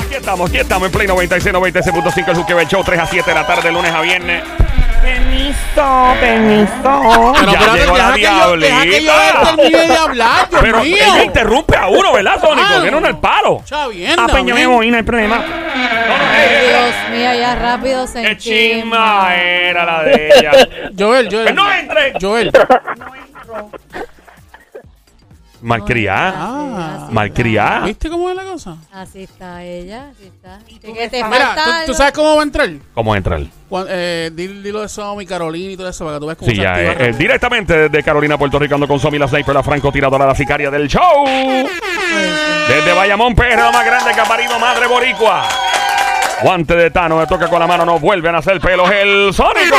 Aquí estamos, aquí estamos en Play 96, 96.5 el Juquebel Show, 3 a 7 de la tarde, lunes a viernes. Permiso, permiso. Ya espérate, llegó la deja que yo- deja que yo diablita. termine de hablar, Dios Pero eh, mío. ella interrumpe a uno, ¿verdad, Sónico? Ah. Viene uno al palo. Está bien, Ah, pues yo me David. voy, no hay problema. Dios mío, ya rápido se Qué enchima. chisma era la de ella. Joel, Joel. Pues ¡No entre! Joel. Malcriada. Ah, Malcriada. ¿viste cómo es la cosa? Así está ella, así está. Que te Mira, falta ¿tú, tú algo. sabes cómo va a entrar? ¿Cómo entra él? Cuan- eh, dil- dilo eso a mi Carolina y todo eso para que tú veas cómo Sí, se ya. activa eh, eh, rápido. directamente desde Carolina, Puerto Rico, ando con Somi la sniper, la francotiradora, la sicaria del show. Desde Bayamón, perra más grande que ha parido madre boricua. Guante de Tano, me toca con la mano, no vuelven a hacer pelos el Sónico.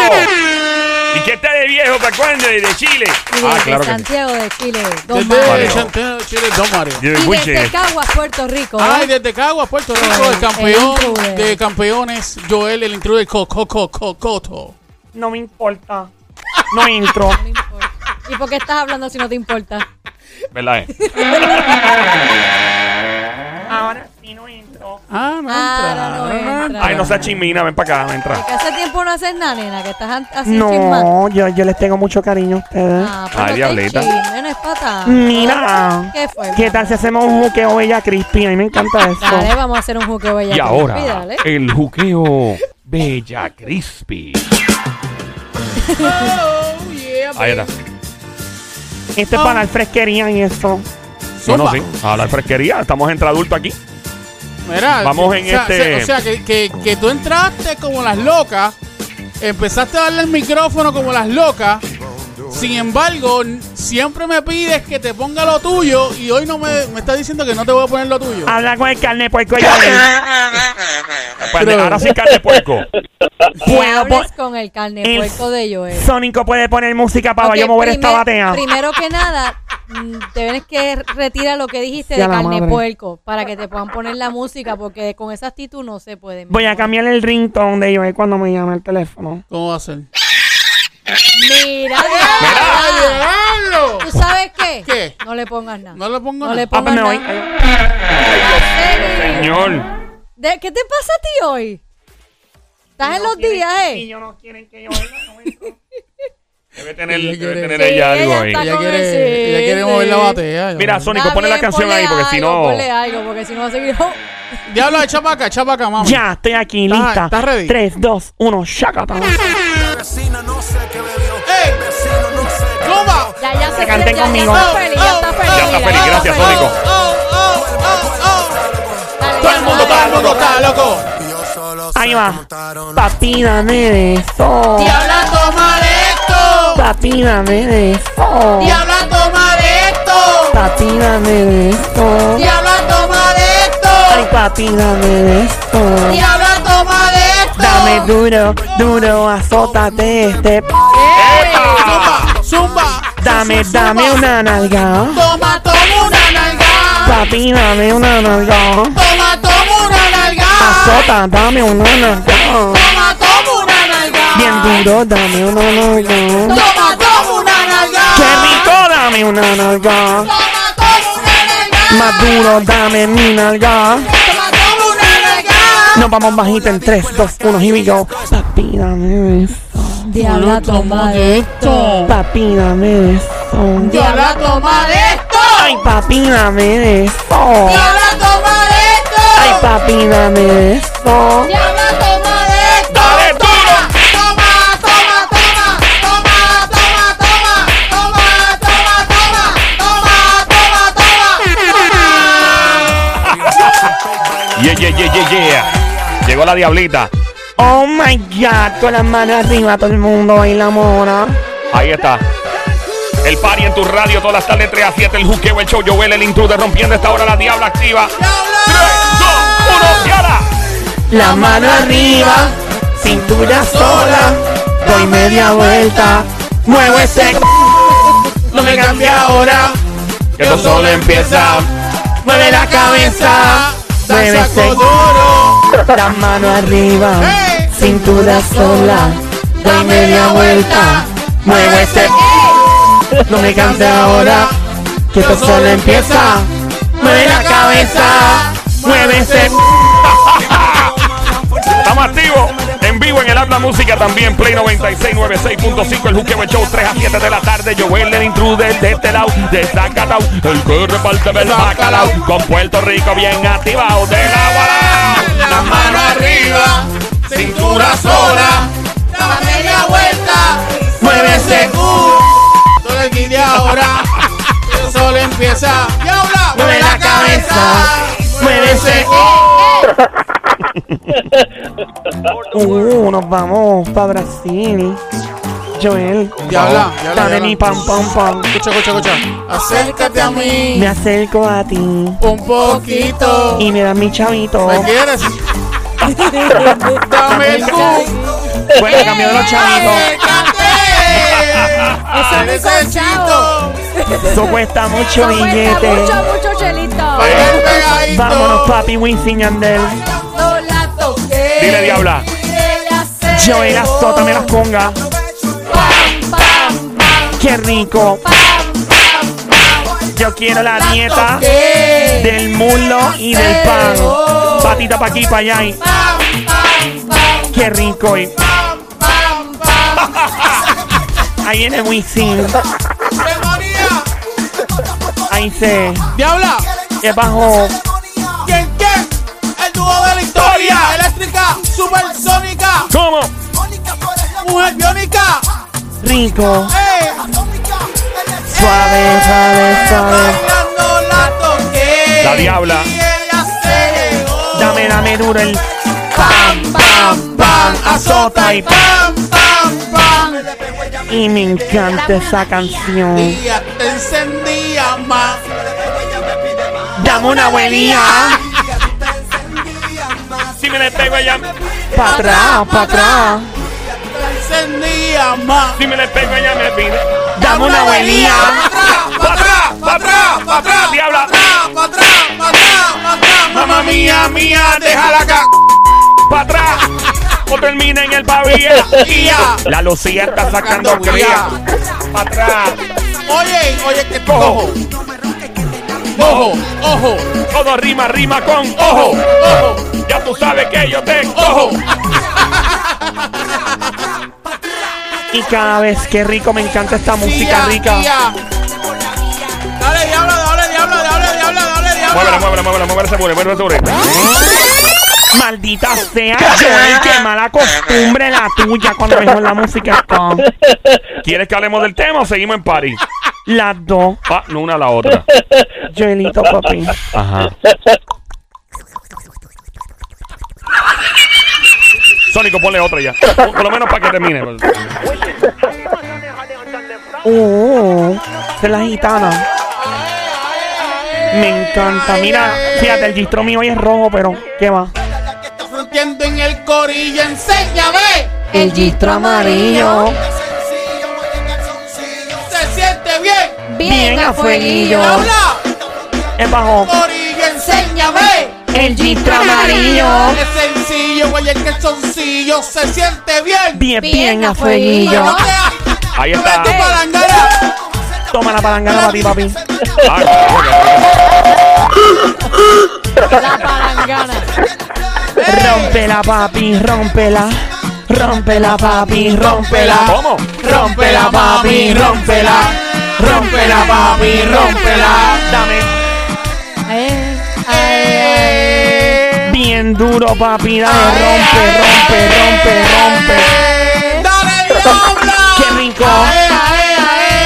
Y que esté de viejo, ¿te acuerdas? De Chile. Ah, Y desde Santiago de Chile, Don Desde Mario. Santiago de Chile, Don Mario. Y de Y este Wiche. desde Caguas, Puerto Rico. ¿eh? Ay, desde Caguas, Puerto Rico, El el campeón intruder. de campeones, Joel, el intruder Coco, Coco, Coto. No me importa. No entro. No me importa. ¿Y por qué estás hablando si no te importa? ¿Verdad? eh? Ahora sí no entro. Ah, no Ah, no, no entra, no entra. Ay, no sea chismina, ven para acá, ven entra. Que hace tiempo no haces nada, nena, que estás an- así chismando. No, yo, yo les tengo mucho cariño a ustedes. Ah, Ay, pues no te diableta. chismes, no es patada. Mira. ¿Qué fue? Mm. ¿Qué tal si hacemos un juqueo bella crispy? A mí me encanta Dale, eso. vamos a hacer un juqueo bella. Y ahora, Dale. el juqueo Bella Crispy. Oh, yeah, Ahí está. baby. Esto es para dar fresquería y eso. No, no, pues, Zumba. sí. A hablar fresquería. Estamos entre adultos aquí. Mira, Vamos sí, en o sea, este- O sea, que, que, que tú entraste como las locas, empezaste a darle el micrófono como las locas. Sin embargo, n- siempre me pides que te ponga lo tuyo y hoy no me, me estás diciendo que no te voy a poner lo tuyo. Habla con el carne puerco y yo- Pues, Pero- ahora sí carne de puerco. Que puedo hables po- con el carne el- puerco de Joel. Sónico puede poner música para Ok, yo mover esta primer- batea. Primero que nada, mm, tienes que retirar lo que dijiste Sí, a de la carne madre. puerco para que te puedan poner la música, porque con esa actitud no se puede. mi Voy a amor. cambiar el ringtone de Joel cuando me llame el teléfono. ¿Cómo va a ser? Mira, Diana, ¡Diablo! ¿tú sabes qué? ¿Qué? No le pongas nada. No le pongo No nada. le Ah, pues pongas me voy. nada. Araceli, Señor. ¿de- ¿Qué te pasa a ti hoy? Estás en los días, Y ¿eh? yo no quieren que yo venga. Debe tener, Ella debe quiere- tener Sí, ella algo ella ahí. está Ella con quiere, ese, ella quiere mover la sí. batea. Mira, Diablo. Sónico, Está ponle la bien, canción ponle ahí, porque si algo, no- Ponle algo, porque si no va a seguir. Diablo, echa para acá, echa para acá, mami. Ya, estoy aquí, ¿Estás- lista. estás ready? 3, 2, 1, shakata. Vecina, no sé qué bebió. ¡Ey! Vecino, no sé qué ¡Zumba! Ya, ya se canten ya- ya conmigo. está feliz, ya está feliz. Ya está mira, feliz, ya gracias, feliz. Sónico. Oh, oh, oh, oh. Dale, Todo el ya, mundo, dale. todo el mundo está loco. bebió. Y yo solo sé Ahí que va. montaron Papi, dame de eso. Diabla, toma de esto. Papi, dame de eso. Diabla, toma de esto. Papi, dame de eso. Diabla, toma de Ay, esto. papi, dame de eso. Diabla, toma de esto. Dame duro, duro, azótate este. Zumba, zumba. Dame, Zumba. dame una nalga. Toma, toma una nalga. Papi, dame una nalga. Toma, toma una nalga. Azota, dame una nalga. Toma, toma una nalga. Bien duro, dame una nalga. Toma, toma una nalga. Qué rico, dame una nalga. Toma, toma una nalga. Más duro, dame mi nalga. Toma, toma una nalga. Nos vamos bajita en 3, 2, 1, here we go. Papi, dame eso. Diabla, toma de esto. Papi, dame eso. Diabla, toma de esto. Ay, papi, dame eso. Diabla, toma de esto. Ay, papi, dame eso. Diabla, toma de esto. Dale, Toma, toma, toma, toma, toma, toma, toma, toma, toma, toma, toma, toma, toma. Yeah, yeah, yeah, yeah, yeah. Llegó la diablita. Oh my god, con las manos arriba, todo el mundo baila mona. Ahí está. El party en tu radio todas las tardes 3 a 7. El juqueo, el show, Joel, el intruder rompiendo esta hora la diabla activa. 3, 2, 1, diabla. La mano arriba, cintura sola, doy media vuelta, muevo ese c- no me cambia ahora, Que esto solo empieza. mueve la cabeza, mueve ese c- la mano arriba, cintura sola, doy media vuelta, muevo ese c- no me cambia ahora, que esto solo empieza, mueve la cabeza, mueve ese c- Estamos activos en vivo en el Habla Música también. Play 96, 96.5. El Juqueo el Show 3 a 7 de la tarde. Joel, el intruder de este lado. De Zacatau. El que reparte el bacalao. Con Puerto Rico bien activado. De la guarao. La mano arriba, cintura sola, da media vuelta, muévese uh, todo el guille ahora, el sol empieza, y ahora Mueve la cabeza, muévese Uh, nos vamos para Brasil. Joel, Diabla, diabla, dame diabla. mi pam pam pam. Escucha, escucha, escucha. Acércate a Me mí acerco a ti un poquito. y me das mi chavito. ¿Me quieres? Dame el cu. Bueno, Pues cambió Eh, de los chavitos. Acércate. Eso no son chavos. Necesito. Eso cuesta mucho Eso cuesta billete. Mucho, mucho chelito. Bailar pegadito. Vámonos, papi Wisin Yandel. No la toqué. Dile, diabla. Joel, azótame las congas. Pam, pam, pam, Qué rico. pam, pam, pam. Yo quiero la La dieta toqué. del muslo y del pan. Oh. Patita pa' aquí, pa' allá. y Pam, pam, pam, Qué rico. eh. y pam, pam. Ahí viene Wisin. Demonía. Ahí se. Diabla. Es bajo. ¿Quién quién? El dúo de la historia. Eléctrica, supersónica, ¿Cómo? mujer biónica. ¡Eh! Rico. Suave, suave, suave. Bailando la toqué. La diabla. Y ella se negó. Dame, dame duro el. Pam, pam, pam. Azota y pam, pam, pam. Y me encanta esa canción. Día te encendía más. Dame una abuelía. Si me le pego allá. Pa' atrás, pa' atrás. Te encendía más. Si me le pego allá me pide. Dame una abuelía. Pa' atrás, pa' atrás, pa' atrás, diabla. Pa' atrás, pa' atrás, pa' atrás. Mamá mía, mía, déjala acá. Pa' atrás. O termina en el pabellón. Tía. La Lucía está sacando cría. Pa' atrás. Oye, oye, que Cojo. cojo. Ojo, ojo, Todo rima, rima con ojo, ojo. ojo, Ya tú sabes que yo te cojo. ojo. Y cada vez que rico me encanta esta Tía, música rica. tía. Dale, diablo, dale, diablo, dale, diablo, dale, Muévela, diablo. muévela, muévela, muévela, se muere, muévela, se muere. Maldita sea, Joel, qué mala costumbre la tuya cuando mejor la música está. ¿Quieres que hablemos del tema o seguimos en party? Las dos, Ah, no una a la otra. Joelito, papi. Ajá. Sónico, ponle otra ya. Por por lo menos para que termine. Uh, esa es la gitana. Me encanta. Mira, fíjate, el gistro mío hoy es rojo, pero ¿qué va? Fronteando en el corillo, enséñame. El gistro amarillo. Se siente bien. Bien Bien a a fueguillo. Habla, Es bajo. corillo, enséñame. El gistro amarillo. Es sencillo, güey, el calzoncillo se siente bien. Bien, bien a fueguillo. No te hagas. Ahí No ves está. tu palangana. Toma la palangana para ti, papi. Ah, La palangana. Rómpela, papi, rómpela. Rómpela, papi, rómpela. ¿Cómo? Rómpela, papi, rómpela. Rómpela, papi, rómpela. Dame. Eh, Bien duro, papi, dame. Rompe, rompe, rompe, rompe. Dale, diabla. Qué rico. Ae, ae, ae,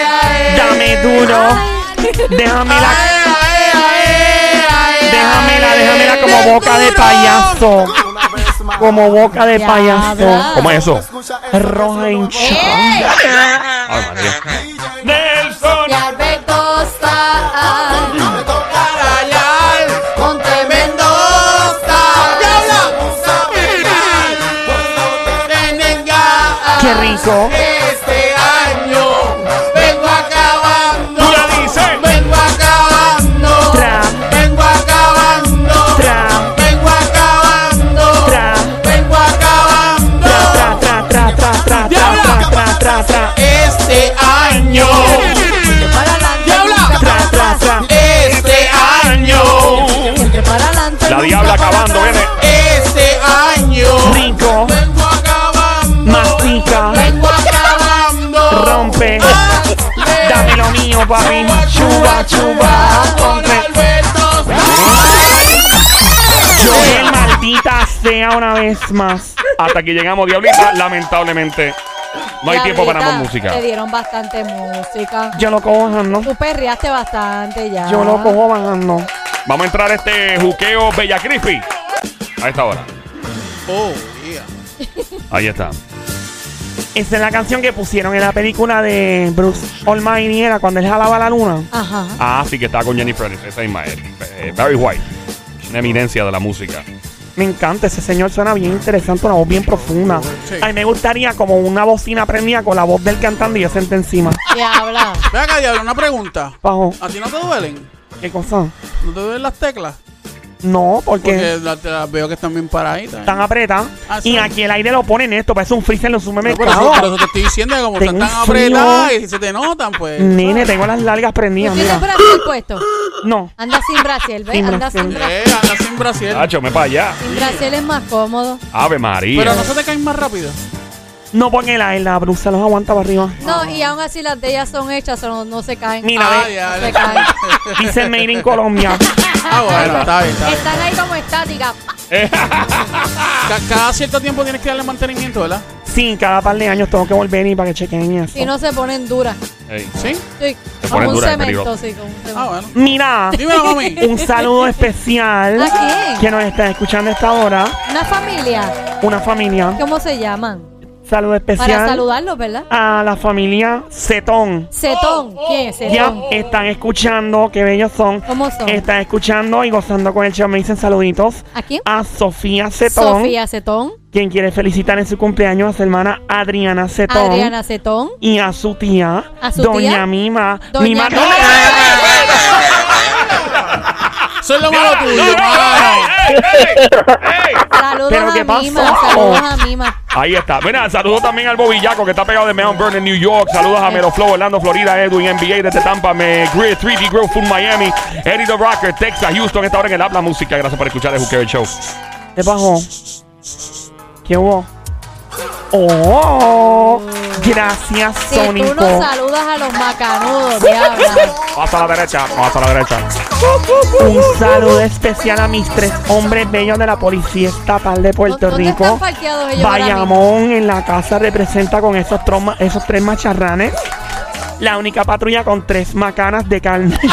ae, ae. Dame duro. Déjamela, Ae, ae, ae, ae, déjamela, ae. déjamela como boca de Duro. payaso. Como boca de payaso. Diabla. ¿Cómo es eso? Roja hinchada. Ay, María. Nelson. Y Alberto está Carayal, con Mendoza. Diabla. Venga. Qué rico. Este año vengo acabando. Tú la dices. Vengo acabando. Tra. Vengo acabando. Tra. Vengo acabando. Tra. Vengo acabando. Tra, tra, tra, tra, tra, tra, tra, tra, tra, tra. Este año Este este lo mío, papi. Chuba, chuba, con Qué maldita sea una vez más. Hasta que llegamos, Diablita, lamentablemente. No hay tiempo para más Diablita, música. Te dieron bastante música. Yo lo cojo bajando. Tú perreaste bastante ya. Yo lo cojo bajando. Vamos a entrar a este juqueo Bella Crispy. A esta hora. Oh, yeah. Ahí está. Esa es la canción que pusieron en la película de Bruce Almighty, era cuando él jalaba la luna. Ajá. Ah, sí que está con Jennifer Aniston. Esa misma es. Eh, Barry White. Una eminencia de la música. Me encanta, ese señor suena bien interesante, una voz bien profunda. Sí. A mí me gustaría como una bocina prendida con la voz del cantante y yo senté encima. ¿Qué habla? Ve acá, diablo, una pregunta. Bajo, ¿A ti no te duelen? ¿qué cosa? ¿No te duelen las teclas? No, porque Porque la- te las veo que están bien paraditas. están apretadas. Ah, Y sí. aquí el aire lo ponen esto, parece un freezer en los No, por, eso, por supermercados. eso te estoy diciendo que como Tengo están tan un frío. apretadas y se te notan, pues. Nene, tengo las largas ¿Tú prendidas, tienes mira. brasier puesto? No, Anda sin brasier, ¿ves? Sin Anda sin brasier. brasier. Eh, anda sin brasier. Nacho, me para allá. Sin brasier es más cómodo. Ave María. Pero no se te caen más rápido. no porque la, la Bruce se los aguanta para arriba. No, y aún así las de ellas son hechas, no, no se caen. Mira, Ah, ve, ya, Se ya. cae. dice Made in Colombia. Ah, bueno, está bien, está bien. Están ahí como estáticas. ¡pa! Eh, Ca- cada cierto tiempo tienes que darle mantenimiento, ¿verdad? Sí, cada par de años tengo que volver y para que chequen eso. Si no se ponen duras. Ey. ¿Sí? Sí, Se como ponen un duras, es cemento, peligroso. sí, como un cemento. Ah, bueno. Mira, Dímelo, mami. un saludo especial ¿A quién? que nos está escuchando a esta hora. Una familia, Una familia. ¿cómo se llaman? Saludo especial. Para saludarlos, ¿verdad? a la familia Cetón. Cetón, Oh, ¿quién es Ya eh, Cetón? están escuchando, qué bellos son. ¿Cómo son? Están escuchando y gozando con el show. Me dicen saluditos ¿A quién? a Sofía Cetón, Sofía Cetón, quien quiere felicitar en su cumpleaños a su hermana Adriana Cetón. Adriana Cetón, Y a su tía, ¿A su Doña tía? Mima. Doña Mima- Mima. Eso es lo malo tuyo. ¡Ey, Ay. ey, ey, ey! saludos ¿Pero qué a Mima, pasó? saludos a Mima. Ahí está. Mira, saludo también al Bobillaco que está pegado de Mount Vernon, New York. Saludos a Melo Flow, Orlando, Florida, Edwin, NBA desde Tampa, me Greer, 3D Grove, Full Miami, Eddie the Rocker, Texas, Houston. Está ahora en el Habla Música. Gracias por escuchar el Hooker Show. ¿Qué pasó? ¿Qué hubo? ¡Oh! Gracias, Si Sónico. tú no saludas a los macanudos, me hablas. Pasa a la derecha, pasa a la derecha. Un saludo especial a mis tres hombres bellos de la policía estatal de Puerto ¿Dónde Rico. están parqueados ellos ahora mismo? Ah, Bayamón en la casa representa con esos, troma- esos tres macharranes. La única patrulla con tres macanas de carne.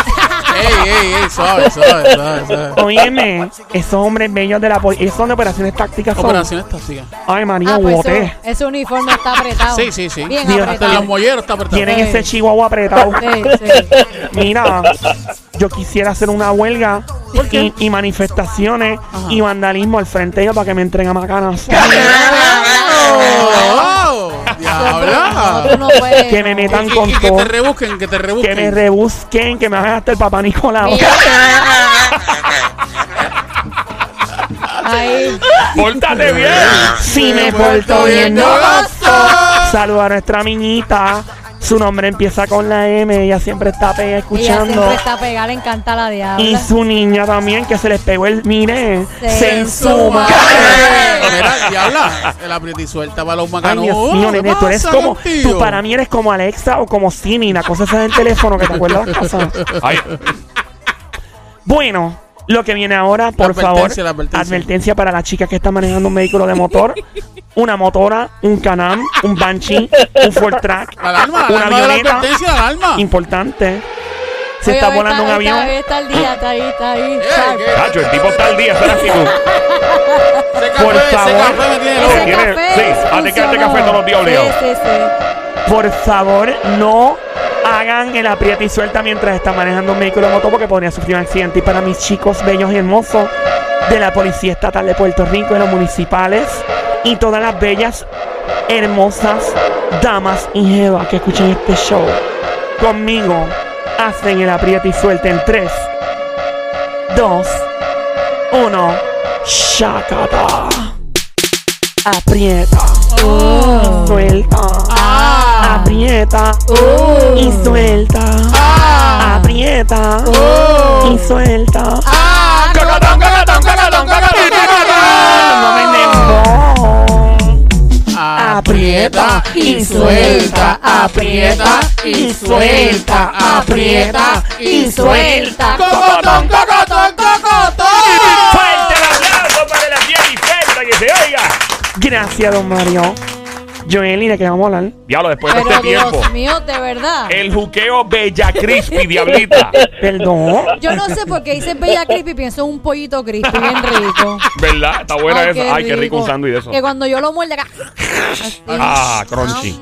Ey, ey, ey, suave, suave, suave, suave. Óyeme, esos hombres bellos de la policía. Esos son de operaciones tácticas. Son. Operaciones tácticas. Ay, María, Ah, pues boté. su- ese uniforme está apretado. Sí, sí, sí. Bien Dios, Hasta en los apretado. molleros está apretado. Tienen Sí. ese chihuahua apretado. Sí, sí. Mira, yo quisiera hacer una huelga y, y manifestaciones y vandalismo al frente de ellos para que me entreguen a macanas. ¡Oh! No, tú ¡Diabla! no puedes. que me metan Y- y- con y que te todo. rebusquen, que te Que me rebusquen. rebusquen, que me hagan hasta el papá Nicolau. Ahí. ¡Pórtate bien! Si me porto bien, no Saludo a nuestra miñita. Su nombre empieza con la M. Ella siempre está pe- Ella escuchando. siempre está pegada, le encanta la diabla. Y su niña también, que se les pegó el. Mire, Se se ensuma. Mira, diabla, el aprieta y suelta para los Ay, macanudos. Dios mío, ¿Qué nene, tú eres pasa como. contigo? Tú para mí eres como Alexa o como Siri, la cosa esa del teléfono que te acuerdas de las cosas. Ahí. Bueno, lo que viene ahora, por favor. advertencia, la advertencia. Advertencia para las chicas que están manejando un vehículo de motor, una motora, un Canam, un Banshee, un Ford Track, Alarma, una alarma de la avioneta. advertencia, alarma. Importante. Se Oye, está ve, volando un está- avión. Está, ve, está el día, está ahí, está ahí. Eh, está- ¿qué? Nacho, el tipo está al día, será así. Ese por café, ese favor. café me tiene Ese loco. Tiene- café sí, hazte que este funcionó. café todos los días obligado. Sí, sí, sí. Por favor, no hagan el aprieta y suelta mientras están manejando un vehículo de motor porque podría sufrir un accidente. Y para mis chicos bellos y hermosos de la Policía Estatal de Puerto Rico, de los municipales y todas las bellas, hermosas damas y jevas que escuchan este show, conmigo hacen el aprieta y suelta en 3, 2, 1, shakata. Aprieta, suelta. Ah, Aprieta Uh. y suelta. Ah, Aprieta y suelta. ¡Cacatón, cacatón, cacatón, cacatón, cacatón! Ah, No me dembow. Ah. aprieta y suelta, aprieta y suelta, aprieta y suelta. Cocotón, cocotón, cocotón. ¡Fuerte el aplauso para la Jennifer! ¡Que se oiga! Gracias, don Mario. Joeli, ¿de qué vamos a hablar? Diablo, después de Pero este tiempo. Eh. Dios mío, de verdad. El juqueo Bella Crispy, diablita. Perdón. Yo no sé por qué dice bella crispy, pienso en un pollito crispy bien rico. ¿Verdad? Está buena esa. Ay, qué rico un sándwich de eso. Que cuando yo lo muerde acá. así. Ah, crunchy.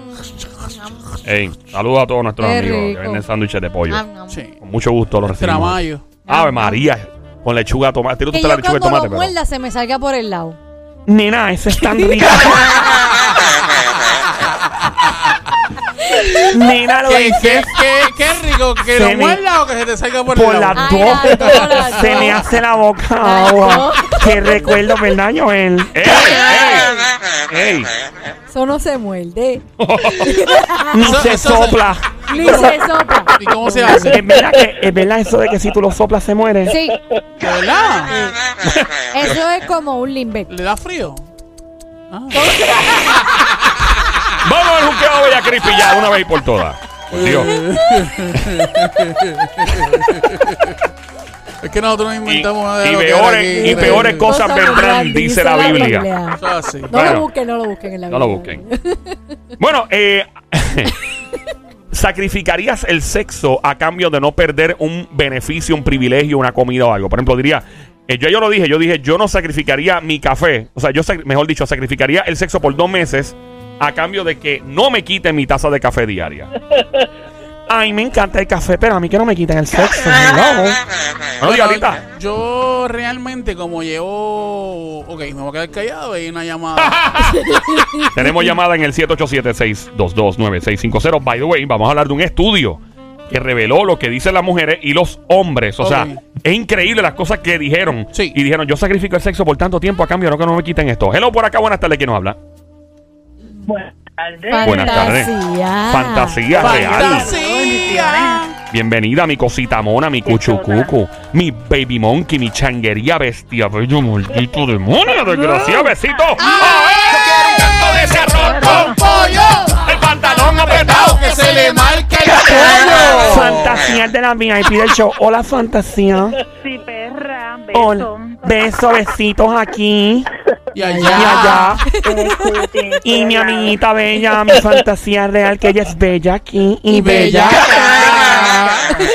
Ey, saludos a todos nuestros Qué amigos que rico. Ah. venden sándwiches de pollo. Am, am. Sí. Con mucho gusto los recibimos. Tramayo. Ave María. Con lechuga de tomate. Tira Que usted la yo lechuga de cuando tomate, lo pero. muerda se me salga por el lado. Nena, ese es tan rico. Nena, lo ¿Qué, de qué, qué, Eh, qué rico, que Se lo me- muerda o que se te salga por, por el las lado. Ay, las dos. dos, las Se dos. me hace la boca Las agua. dos. Ah, Qué recuerdo, ¿verdad, Joel? Eh, ¡Ey! ¡Ey! ¡Ey! Eso no se muerde. ah, Ni Eso- se eso se- sopla. Ni se sopla. ¿Y cómo se hace? Es verdad, que, es verdad eso de que si tú lo soplas se muere. Sí, ¿De verdad? eh, eso es como un limbe. ¿Le da frío? Vamos al juqueo Bella Crispy ya, una vez y por todas. Por Dios. Es que nosotros no Y, inventamos nada de y lo que era peores, aquí. y peores cosas vendrán, dice la Biblia. Eso es así. No Bueno. lo busquen, no lo busquen en la No Biblia. lo busquen. Bueno, eh, ¿sacrificarías el sexo a cambio de no perder un beneficio, un privilegio, una comida o algo? Por ejemplo, diría, eh, yo, yo lo dije, yo dije, yo no sacrificaría mi café, o sea, yo, sac- mejor dicho, sacrificaría el sexo por dos meses a cambio de que no me quiten mi taza de café diaria. Ay, me encanta el café, pero a mí que no me quiten el sexo. hello. Bueno, diablita. Ah, Yo realmente como llevo... Ok, me voy a quedar callado y una llamada. Tenemos llamada en el 787-622-9650. By the way, vamos a hablar de un estudio que reveló lo que dicen las mujeres y los hombres. O sea, Ok. es increíble las cosas que dijeron. Sí. Y dijeron, yo sacrifico el sexo por tanto tiempo a cambio de que no me quiten esto. Hello, por acá, buenas tardes, ¿quién nos habla? Buenas tardes. Buenas tardes. Ah, Fantasía Fantasía. real. ¡Fantasía! Bienvenida, mi cosita mona, mi cuchucucu, mi baby monkey, mi changuería bestia. Bello maldito Ah. demonio, desgraciado, besito. ¡Ay! Yo quiero un canto de ese arroz con ¡Pollo! El pantalón apretado ¡Que se le marque el cuello! Fantasía de la mía y pide el show. Hola, fantasía. Sí, perra. Beso. Hola. Besos, besitos aquí Y y allá. Ah. allá. Y mi amiguita bella, mi fantasía real, que ella es bella aquí y, Y bella bella.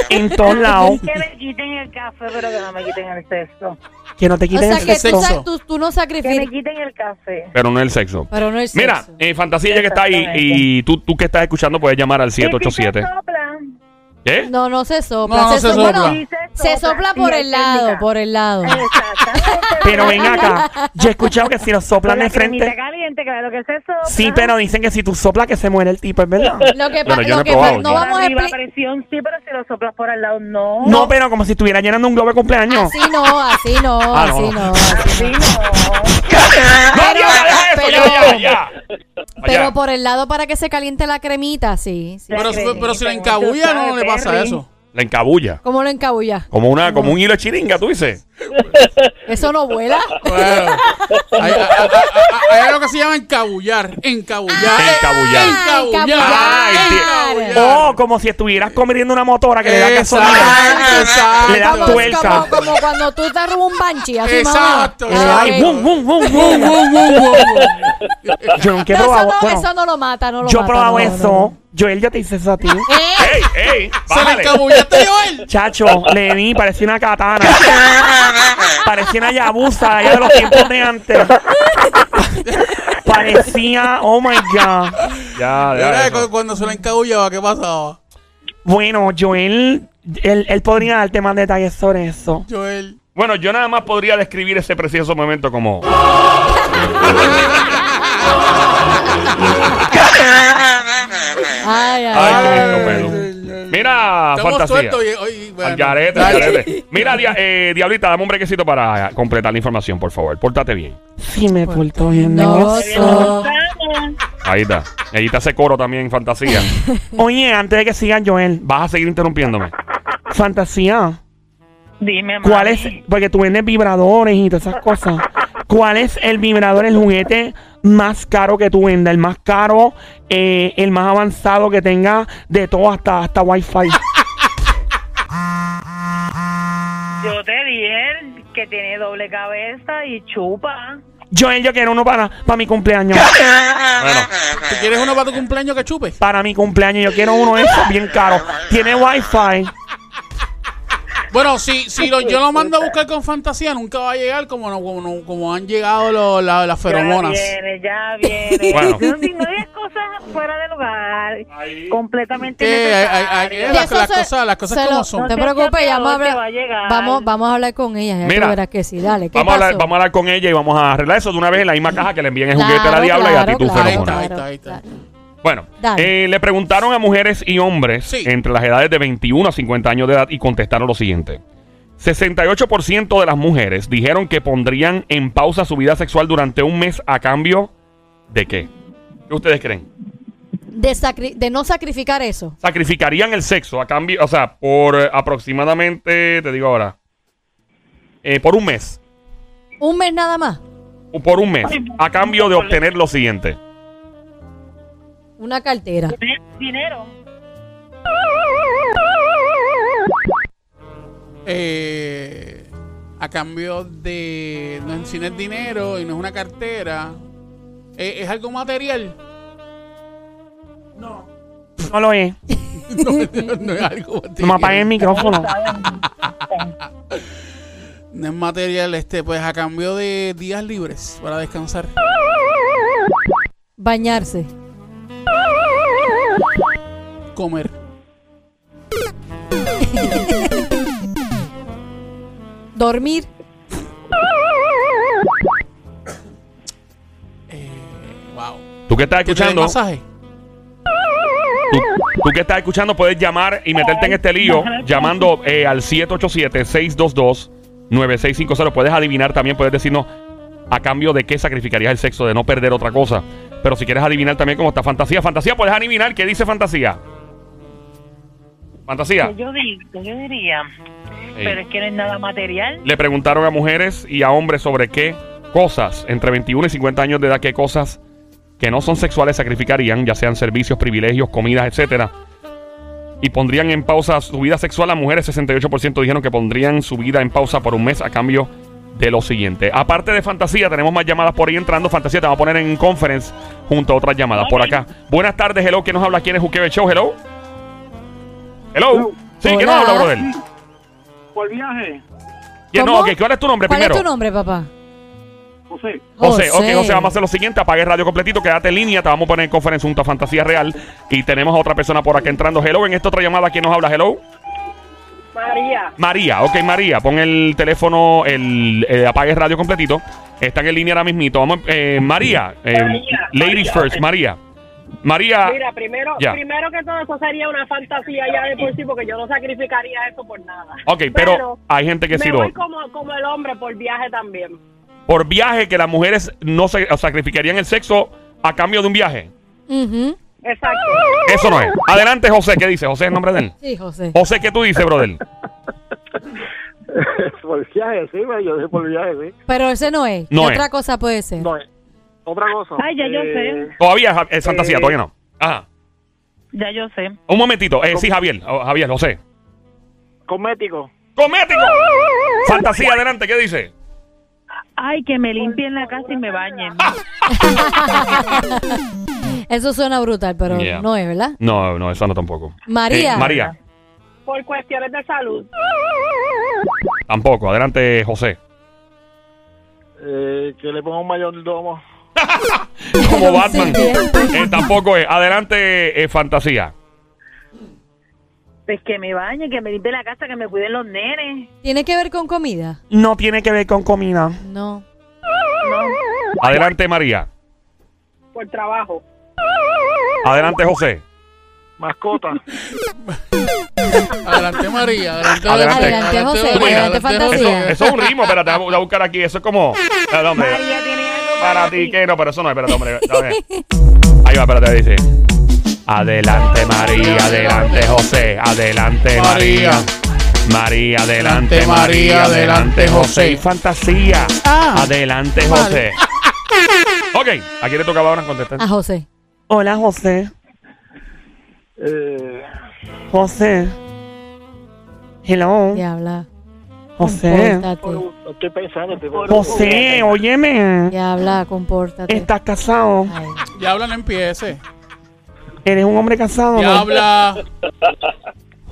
en todos lados. Que me quiten el café, pero que no me quiten el sexo. Que no te O quiten sea el que sexo. tú, sexo. sa- tú, tú no Que me sacrificas. quiten el café. Pero no el sexo. Pero no es Mira, sexo. eh, fantasía ya que está ahí y tú, tú que estás escuchando puedes llamar al 787. Y si se soplan, ¿Qué? No, no se sopla. No, no se, se so- bueno, sopla. y se sopla por y el hay lado, técnica. por el lado. Exactamente. Pero ven acá, yo he escuchado que si lo soplan Con la de cremita frente. caliente, claro que se sopla. Sí, pero dicen que si tú soplas que se muere el tipo, es verdad. Lo que, pa- Bueno, yo no he lo que pa- probado, no yo- vamos a Arriba explicar. presión, sí, pero si lo soplas por al lado, no. No, pero como si estuviera llenando un globo de cumpleaños. Así no, así no, Ah, no, así no. no. Sí, no. ¡No, Pero- ya, deja eso! pero- ¡Ya, ya, ya! Pero Allá. por el lado para que se caliente la cremita, sí. sí. Pero, si- pero si la Como encabulla tú no sabes, le pasa Perry. eso. La encabulla. ¿Cómo lo encabulla? Como, una, como un hilo de chiringa, tú dices. ¿Eso no vuela? Bueno, hay, hay- hay- hay algo que se llama encabullar. Encabullar. Encabullar. Oh, Encabullar. Ah, encabullar. O como si estuvieras comiendo una motora que le da gasolina. Exacto, exacto. Le da Como- tuerca. Como, como cuando tú te robas un banshee, así Exacto. mamá. Ah, Eh, Ay, ok. bum, bum, bum, Bum, bum. bum, bum, bum, bum. Yo nunca he No, eso, probado. no, bueno, eso no lo mata, no lo yo he mata. no, probado no, eso. Joel, yo te hice eso a ti. no. ¿Eh? ¡Ey, ey! Se la ¡Bájale! encabullaste, Joel. Chacho, le di, parecía una katana. parecía una yabusa allá de los tiempos de antes. parecía, oh my god. Ya, ya. Era cu- eso. Cuando se la encabullaba, ¿qué pasaba? Bueno, Joel, él, él podría darte más detalles sobre eso. Joel. Bueno, yo nada más podría describir ese precioso momento como... Ay, ¡Ay, ay, ay. qué lindo pelo! Mira, Estamos fantasía. sueltos y, hoy- bueno. Al garete, al Dale. garete. Mira, dia- eh, Diablita, dame un brequecito para completar la información, por favor. Pórtate bien. Sí, me portó bien, No, negocio. so- Ahí está. Ahí está ese coro también, fantasía. Oye, antes de que siga Joel, Vas a seguir interrumpiéndome. fantasía. Dime, mami. ¿Cuál es? Porque tú vendes vibradores y todas esas cosas. ¿Cuál es el vibrador, el juguete más caro que tú vendas? El más caro, eh, el más avanzado que tenga de todo hasta, hasta Wi-Fi. Yo te dije que tiene doble cabeza y chupa. Joel, yo quiero uno para, para mi cumpleaños. Bueno, ¿Tú quieres uno para tu cumpleaños que chupe? Para mi cumpleaños, yo quiero uno de esos bien caro. Tiene Wi-Fi. Bueno, si, si lo- yo lo mando a buscar con fantasía, nunca va a llegar como, no- como, no- como han llegado lo- la- las feromonas. Ya viene, ya viene. Bueno. No, si no digas cosas fuera de lugar, completamente Eh, hay- hay- hay- innecesarias. Las- las cosas- las cosas como son. No te No seas preocupes, ya vamos a chateador, te hablar. va a llegar. vamos, vamos a hablar con ella. Ya Mira, tú verás que sí. Dale. ¿qué vamos a, hablar, pasó? vamos a hablar con ella y vamos a arreglar eso de una vez en la misma caja que le envíen el juguete a Claro, la diabla y a ti claro, tu claro, feromona. Ahí está, ahí está, ahí está. claro. Bueno, Dale. eh, le preguntaron a mujeres y hombres Sí. entre las edades de 21 a 50 años de edad y contestaron lo siguiente. 68% de las mujeres dijeron que pondrían en pausa su vida sexual durante un mes a cambio de qué. ¿Qué ustedes creen? De, sacri- de no sacrificar eso. ¿Sacrificarían el sexo a cambio, o sea, por eh, aproximadamente, te digo ahora, eh, por un mes, Un mes nada más. o por un mes, a cambio de obtener lo siguiente? Una cartera. Dinero. Eh, a cambio de. No, si no es dinero y no es una cartera, eh, ¿es algo material? No lo es. No, no es algo No me apagues material. el micrófono. No es material, este, pues a cambio de días libres para descansar. Bañarse. Comer. Dormir. Wow. ¿Tú que estás ¿Qué tal el escuchando? masaje? Tú, tú que estás escuchando puedes llamar y meterte en este lío llamando eh, al 787-622-9650. Puedes adivinar también, puedes decirnos a cambio de qué sacrificarías el sexo, de no perder otra cosa. Pero si quieres adivinar también cómo está Fantasía, Fantasía, puedes adivinar qué dice Fantasía. Fantasía. Que yo, di- que yo diría, Ey. pero es que no es nada material. Le preguntaron a mujeres y a hombres sobre qué cosas, entre 21 y 50 años de edad, qué cosas que no son sexuales sacrificarían, ya sean servicios, privilegios, comidas, etcétera. Y pondrían en pausa su vida sexual. Las mujeres, 68% dijeron que pondrían su vida en pausa por un mes a cambio de lo siguiente. Aparte de fantasía, tenemos más llamadas por ahí entrando. Fantasía te va a poner en conference junto a otras llamadas por acá. Buenas tardes, hello. ¿Quién nos habla? ¿Quién es Juquebe Show? Hello. Hello. Sí, ¿quién nos Hola. habla, brother? Por viaje, ¿Quién- No, ¿Cómo? ok, ¿cuál es tu nombre ¿Cuál primero? es tu nombre, papá? José. José, ok, José, vamos a hacer lo siguiente. Apague el radio completito, quédate en línea. Te vamos a poner en conferencia junto a Fantasía Real. Y tenemos a otra persona por acá entrando. Hello, en esta otra llamada, ¿quién nos habla? Hello. María. María, ok, María, pon el teléfono, el, eh, apague el radio completito. Están en línea ahora mismito. Vamos, eh, María, eh, María, ladies María. first, María. María, Mira, primero, Ya. primero que todo, eso sería una fantasía ya de por sí, porque yo no sacrificaría eso por nada. ok, pero, hay gente que me sí lo... voy como, como el hombre por viaje también. Por viaje, que las mujeres no se sacrificarían el sexo a cambio de un viaje. Ujú. Exacto. Eso no es. Adelante, José, ¿qué dice? José es el nombre de él. Sí, José. José, ¿qué tú dices, brother? por viaje, sí, güey, yo dije por viaje, sí. Pero ese no es. No ¿Qué es. otra cosa puede ser? No, eh, otra cosa. Ay, ya yo eh, Todavía, Jav- eh, Fantasía, Eh, todavía no. Ajá. Ya yo sé. Un momentito. Eh, sí, Javier. Oh, Javier, José. Cosmético. ¡Comético! Fantasía, adelante, ¿qué dice? Ay, que me limpien la casa y me bañen. Eso suena brutal, pero Yeah. no es, ¿verdad? No, no, eso no tampoco. María. Eh, María, Por cuestiones de salud. tampoco. Adelante, José. Eh, que le ponga un mayordomo. Como Batman. Sí, Eh, tampoco es. Adelante, eh, Fantasía. Pues que me bañen, que me limpien la casa, que me cuiden los nenes. ¿Tiene que ver con comida? No tiene que ver con comida. No. Adelante, María. Por trabajo. Adelante, José. Mascota. Adelante, María. Adelante, Adelante. Adelante, José, María, adelante, Eso, fantasía. eso es un ritmo. Espérate, voy a buscar aquí. Eso es como. Espérate, hombre. Para ti, que no, pero eso no es. Espérate, hombre. Espérate. Ahí va, espérate, dice. Adelante, María. Adelante, José. Adelante, María. María. María, adelante, Adelante, María, María, adelante, adelante, José. José. Y fantasía. Ah. Adelante, José. Vale. Ok, ¿a quién le tocaba ahora contestar? A José. Hola, José. Eh, José. Hello. Diabla. José. Compórtate. estoy pensando, estoy José, óyeme. Diabla, compórtate. Estás casado. Ay, Diabla, no empiece. Eres un hombre casado. Diabla.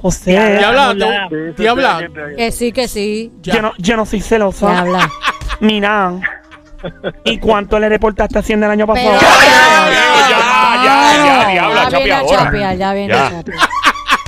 José. Diabla. te- Diabla. Que sí, que sí. Yo no, yo no soy celosa. Diabla. Ni nada. ¿Y cuánto le reportaste a Hacienda el año pasado? Pero- Ah, Ya, ya, ya, ya, diabla, ya viene a chapeadora. chapear, ya viene Ya. a chapear.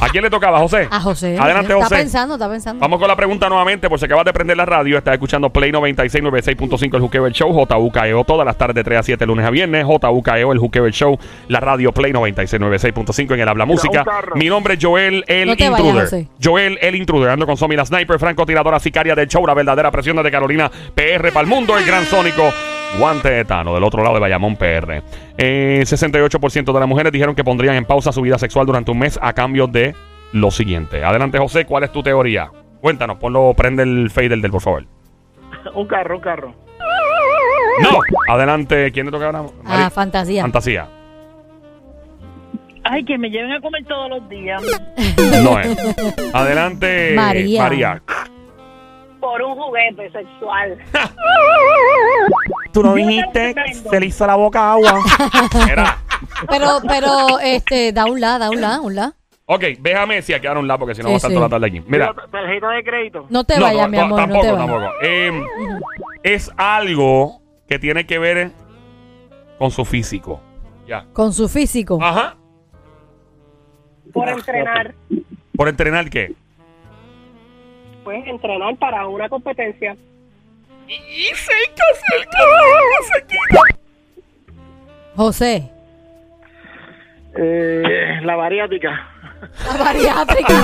¿A quién le tocaba, José? A José. Adelante, está José. pensando, está pensando. Vamos con la pregunta nuevamente, por si acabas de prender la radio, estás escuchando Play 96, 96.5, el Juqueo El Show, JUKEO, E todas las tardes de 3 a 7, lunes a viernes, JUKEO, E el Juqueo El Show, la radio Play 96, 96.5 en el Habla Música. un carro. Mi nombre es Joel El No te vayas, Intruder. José. Joel El Intruder, ando con Somi, la sniper, francotiradora, sicaria del show, la verdadera presión de Carolina, PR para el mundo, el gran sónico. Guante de Tano, del otro lado de Bayamón PR. Eh, 68% de las mujeres dijeron que pondrían en pausa su vida sexual durante un mes a cambio de lo siguiente. Adelante, José, ¿cuál es tu teoría? Cuéntanos, ponlo, prende el fader del, por favor. Un carro, un carro. No. Adelante, ¿quién le toca Ah, ahora? Mari- A fantasía. Fantasía. Ay, que me lleven a comer todos los días. No eh. es. Adelante, María. María. Por un juguete sexual. Tú lo dijiste, se le hizo la boca agua. Era. Pero, pero, este, da un la, da un la, un la. Ok, déjame si quedaron la porque si no Sí, vamos a estar sí. toda la tarde aquí. Mira. Tar- Tarjeta de crédito. No te vayas, mi no, amor, no tampoco, te vayas. tampoco. Eh, es algo que tiene que ver con su físico. Ya. Con su físico. Ajá. por entrenar, ¿Por entrenar qué? pues entrenar para una competencia. José. Eh, la bariátrica. La bariátrica.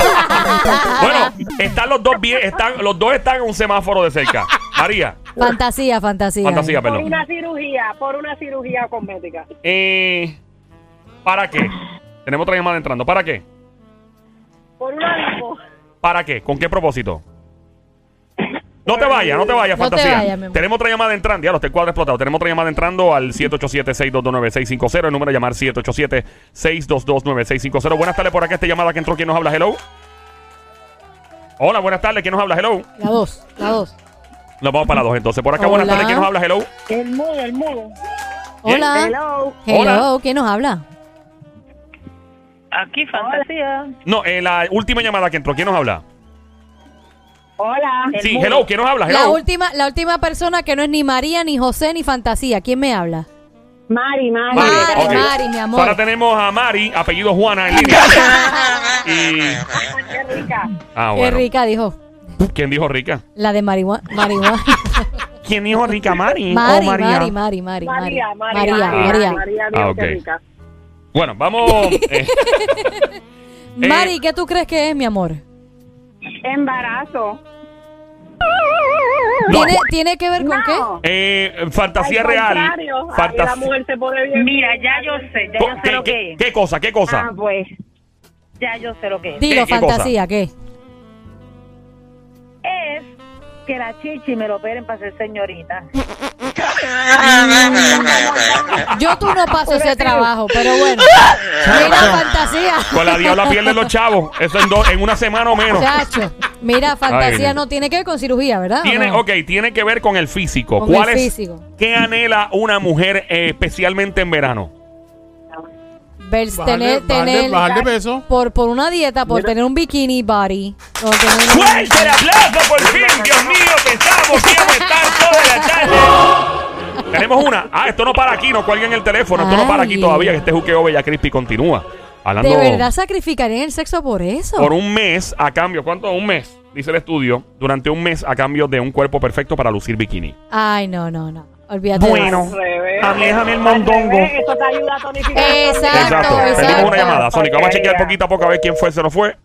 Bueno, están los dos bien, están, los dos están en un semáforo de cerca. María, fantasía, fantasía. fantasía, Por perdón. una cirugía, por una cirugía cosmética. Eh, ¿Para qué? Tenemos otra llamada entrando. ¿Para qué? Por una Ah. lipo. ¿Para qué? ¿Con qué propósito? No te vayas, no te vayas, No te fantasía. vayas, mi amor. Tenemos otra llamada entrando. Ya los cuadro explotado. Tenemos otra llamada entrando al 787-622-9650. El número de llamar 787-622-9650. Buenas tardes por acá. Esta llamada que entró. ¿Quién nos habla? Hello. Hola, buenas tardes. ¿Quién nos habla? Hello. La dos, la dos. Nos vamos para la dos entonces. Por acá, buenas Hola. tardes. ¿Quién nos habla? Hello. El mudo, el mudo. Hola. Hello. Hello, Hola. ¿quién nos habla? Aquí, fantasía. No, eh, la última llamada que entró. ¿Quién nos habla? Hola. El Sí, mudo. hello. ¿Quién nos habla? La Hello. última, la última persona que no es ni María, ni José, ni fantasía. ¿Quién me habla? Mari, Mari. Mari, ok. Mari, mi amor. Ahora tenemos a Mari, apellido Juana, en línea. y... Qué rica. Ah, Qué bueno. rica, dijo. ¿Quién dijo rica? La de marihuana. Marihuana. ¿Quién dijo Rica Mari o Mari, María? Mari, Mari, Mari, Mari. María, María. María, María. María, Ah, Dios, ok. qué rica. Bueno, vamos. eh, Mari, ¿qué tú crees que es, mi amor? Embarazo. no, ¿Tiene, ¿Tiene que ver con qué? No. eh, fantasía Al real. contrario, ahí la Fantas- mujer se pone bien. Mira, ya yo sé, ya yo sé ¿Qué, lo que qué, es. qué cosa? ¿Qué cosa? Ah, pues. Ya yo sé lo que es. Dilo, ¿Qué- qué cosa? fantasía, ¿qué? Es que la chichi me lo operen para ser señorita. Yo tú no paso ese trabajo, pero bueno. Mira, fantasía. Con Pues la diabla pierden los chavos. Eso en, dos- en una semana o menos. Chacho. Mira, fantasía Ay. no tiene que ver con cirugía, ¿verdad? ¿O Tiene, no? ok, tiene que ver con el físico. Con ¿Cuál el es? físico. ¿Qué anhela una mujer eh, especialmente en verano? Ver- Bajarle, tener, bajarle, tener bajarle peso. por, por una dieta, por tener un bikini body. por tener un- ¡Fuerte el aplauso por fin! ¡Dios mío! ¡Pensamos que íbamos a estar toda la tarde! Tenemos una. Ah, esto no para aquí. No cuelguen el teléfono. Esto no para aquí Ay. todavía. Que este juqueo Bella Crispy continúa. Hablando ¿De verdad sacrificarían el sexo por eso? por un mes a cambio. ¿Cuánto? Un mes, dice el estudio. Durante un mes a cambio de un cuerpo perfecto para lucir bikini. Ay, no, no, no. Olvídate Bueno, de eso. Revés. a mí déjame el mondongo. Revés, Esto te ayuda a tonificar. Exacto, exacto. Tenemos una llamada. Sónico, vamos a chequear Porquería. poquito a poco a ver quién fue, se no fue.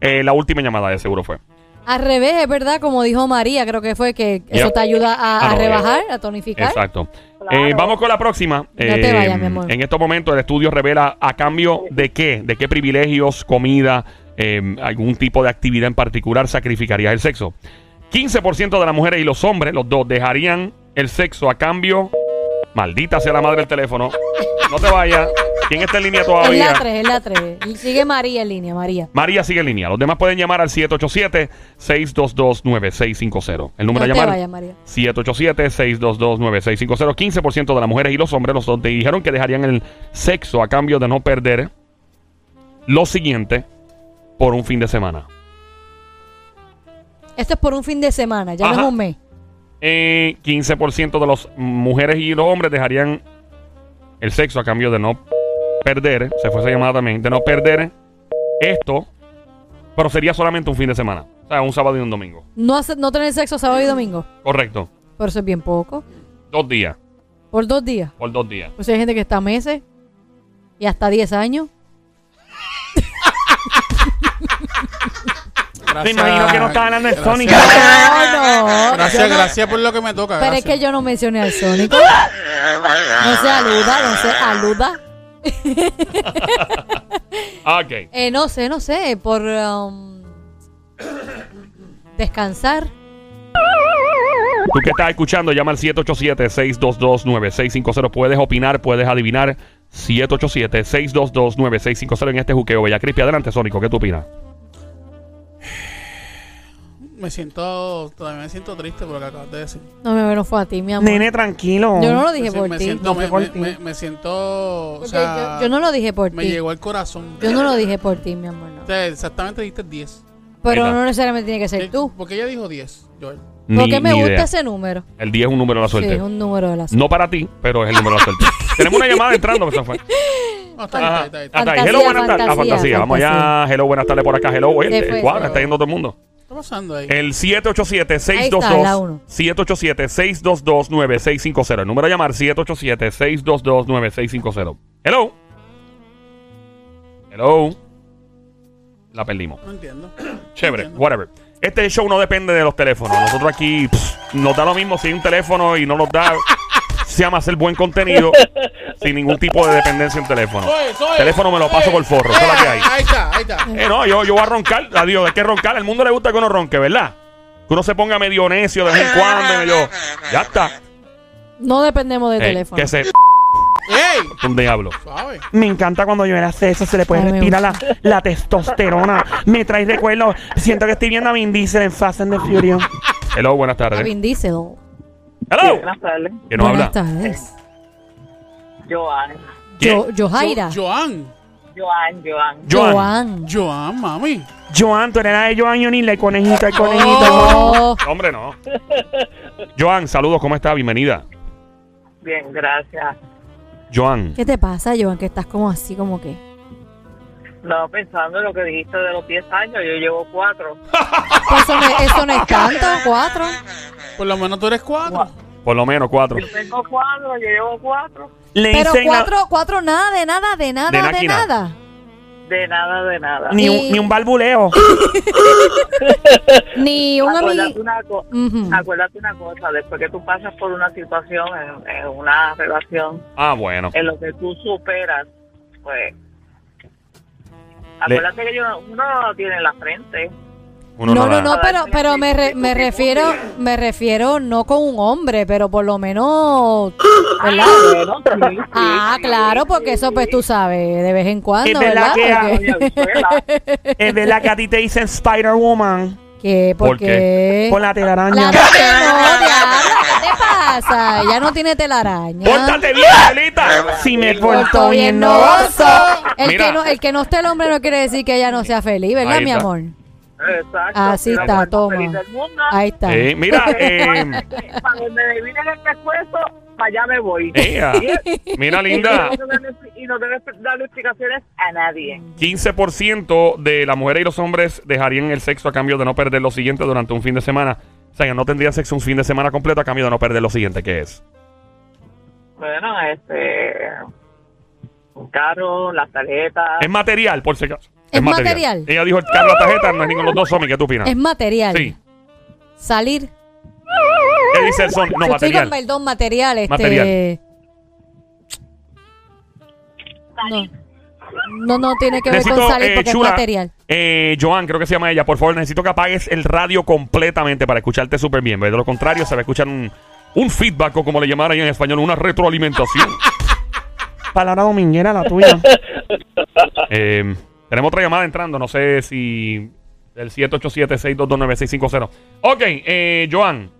Eh, la última llamada de seguro fue. Al revés, es verdad, como dijo María, creo que fue que eso Yep. te ayuda a, Ah, a no, rebajar, a tonificar. Exacto. Eh, vamos con la próxima. Eh, te vayas, mi amor. En estos momentos el estudio revela a cambio de qué, de qué privilegios, comida, eh, algún tipo de actividad en particular, sacrificarías el sexo. 15% de las mujeres y los hombres, los dos, dejarían el sexo a cambio. Maldita sea la madre del teléfono. No te vayas. ¿Quién está en línea Es la todavía? 3, es la 3. Y sigue María en línea, María. María sigue en línea. Los demás pueden llamar al 787-622-9650. El número a No te llamar. vayas, María. 787-622-9650. 15% de las mujeres y los hombres los dos dijeron que dejarían el sexo a cambio de no perder lo siguiente por un fin de semana. Esto es por un fin de semana, ya no Ajá. es un mes. Eh, 15% de las mujeres y los hombres dejarían el sexo a cambio de no perder, se fue esa llamada también, de no perder esto, pero sería solamente un fin de semana. O sea, un sábado y un domingo. No, hace- no tener sexo sábado y domingo. Correcto. Pero eso es bien poco. Dos días. Por dos días. Por dos días. Pues hay gente que está meses y hasta 10 años. Me Gracias. imagino que no está hablando de Gracias. Sonic. No, no. Gracias, gracias por lo que me toca. Pero es que gracias. yo no mencioné al Sónico. No se aluda, no se aluda. Ok. Eh, no sé, no sé. Por um, descansar. Tú que estás escuchando, llama al 787-622-9650. Puedes opinar, puedes adivinar. 787-622-9650 en este juqueo. Bella Crispi, adelante, Sónico. ¿Qué tú opinas? Me siento, todavía me siento triste por lo que acabas de decir. No, mi amor, no fue a ti, mi amor. Nene, tranquilo. Yo no lo Me dije si- por me ti. siento, no me, fue por me- ti. me- me siento, o Porque sea, yo, yo no lo dije por me ti. llegó al corazón. Yo no lo dije por ti, mi amor. no. O sea, exactamente dijiste 10. Pero Ahí está. no necesariamente tiene que ser tú. Porque ella dijo 10, Joel. Porque me ni gusta idea. ese número. El 10 es un número de la Sí, suerte. es un número de la suerte. No para ti, pero es el número de la suerte. Tenemos una llamada entrando, que se fue. No, está bien, está bien, está bien, está bien. Hasta ahí. Fantasía, Hello, buenas tardes. Ah, fantasía, fantasía. Vamos fantasía. allá. Hello, buenas tardes por acá. Hello, oye, Se fue, el- guau, se fue. está yendo todo el mundo. ¿Qué está pasando ahí? El Ahí está, la uno. 787-622 787-622-9650. El número a llamar 787-622-9650. Hello. Hello. La perdimos. No entiendo. Chévere, whatever. Este show no depende de los teléfonos. Nosotros aquí pss, nos da lo mismo si hay un teléfono y no nos da. Se llama hacer buen contenido sin ningún tipo de dependencia en teléfono. Soy, soy. teléfono me lo paso Soy. por forro. Esa es la que hay. Ahí está, ahí está. Eh, no, yo, yo voy a roncar. Adiós, hay que roncar. Al mundo le gusta que uno ronque, ¿verdad? Que uno se ponga medio necio de vez en cuando. y medio- Ya está. No dependemos de Eh, teléfono. que se. ¡Ey! Un diablo. Suave. Me encanta cuando yo era sexo, se le puede Ay, Ah, me respirar la, la testosterona. Me trae recuerdos. Siento que estoy viendo a Vin Diesel en Fast and the Furious. Hello, buenas A tardes. Vin Diesel. no Hello. Buenas tardes. Que no habla. Buenas tardes. Joan. ¿Quién? Yo, Yohaira. Jo- Joan. Joan, Joan. Joan. Joan. Joan, mami. Joan, tú eres la de Joan y O'Neill, el conejito, el conejito. el conejito. Oh, Hombre, no. Joan, saludos, ¿cómo está? Bienvenida. Bien, gracias. Joan. ¿Qué te pasa, Joan? Que estás como así, como que. No, pensando en lo que dijiste de los 10 años, yo llevo 4. Pues eso, no, es- eso no es tanto, cuatro. Por lo menos tú eres cuatro. Eh, Por lo menos cuatro. Yo tengo 4, yo llevo 4. Le Pero dicen la- cuatro, cuatro, nada, de nada, de nada, De de, máquina. nada. De nada, de nada. ni, un, Y- ni un barbuleo. Ni un Acuérdate amigo. una, co- Ujú. acuérdate una cosa, después que tú pasas por una situación en, en una relación, Ah, bueno. en lo que tú superas, pues... Acuérdate que yo, uno no tiene en la frente. Uno no, la- no, no, pero, pero me, re- me refiero, me refiero no con un hombre, pero por lo menos, Ah, ¿verdad? Ah, claro, porque eso pues tú sabes, de vez en cuando, Es verdad ¿verdad? que Ah, a- Porque- pues, es verdad que a ti te dicen Spider-Woman ¿Qué? ¿Por, ¿Por qué? qué? con la telaraña. Claro que no, diabla, ¿qué te pasa? Ya no tiene telaraña. ¡Pórtate bien, Angelita! Si me Porto porto bien, no novoso. El Mira. que, no, el que no esté el hombre no quiere decir que ella no sea feliz, ¿verdad, Ahí mi está. amor? Exacto. Así Mira, está, cuando toma. feliz del mundo, Ahí está. Eh, mira, eh, Para donde me vine en el pescuezo, para allá me voy. ea. mira, linda. Y no debe- Y no debes darle explicaciones a nadie. Mm. 15% de las mujeres y los hombres dejarían el sexo a cambio de no perder lo siguiente durante un fin de semana. O sea, que no tendría sexo un fin de semana completo a cambio de no perder lo siguiente, que es. Bueno, este. Un carro, las tarjetas. Es material, por si acaso. ¿Es material? Ella dijo el carro la tarjeta, no es ninguno de los dos, Somi, ¿qué tú opinas? Es material. Sí. Salir. ¿Qué dice el Somi? No, Yo estoy con material. perdón, material. Este, Material. No. No, no tiene que ver con Necesito, salir eh, porque chula, es material. eh, Joan, creo que se llama ella. Por favor, necesito que apagues el radio completamente para escucharte súper bien. ¿ves? De lo contrario, se va a escuchar un, un feedback o como le llamaran en español, una retroalimentación. Palabra dominguera la tuya. Eh, tenemos otra llamada entrando. No sé si el 787-622-9650. Ok, eh, Joan,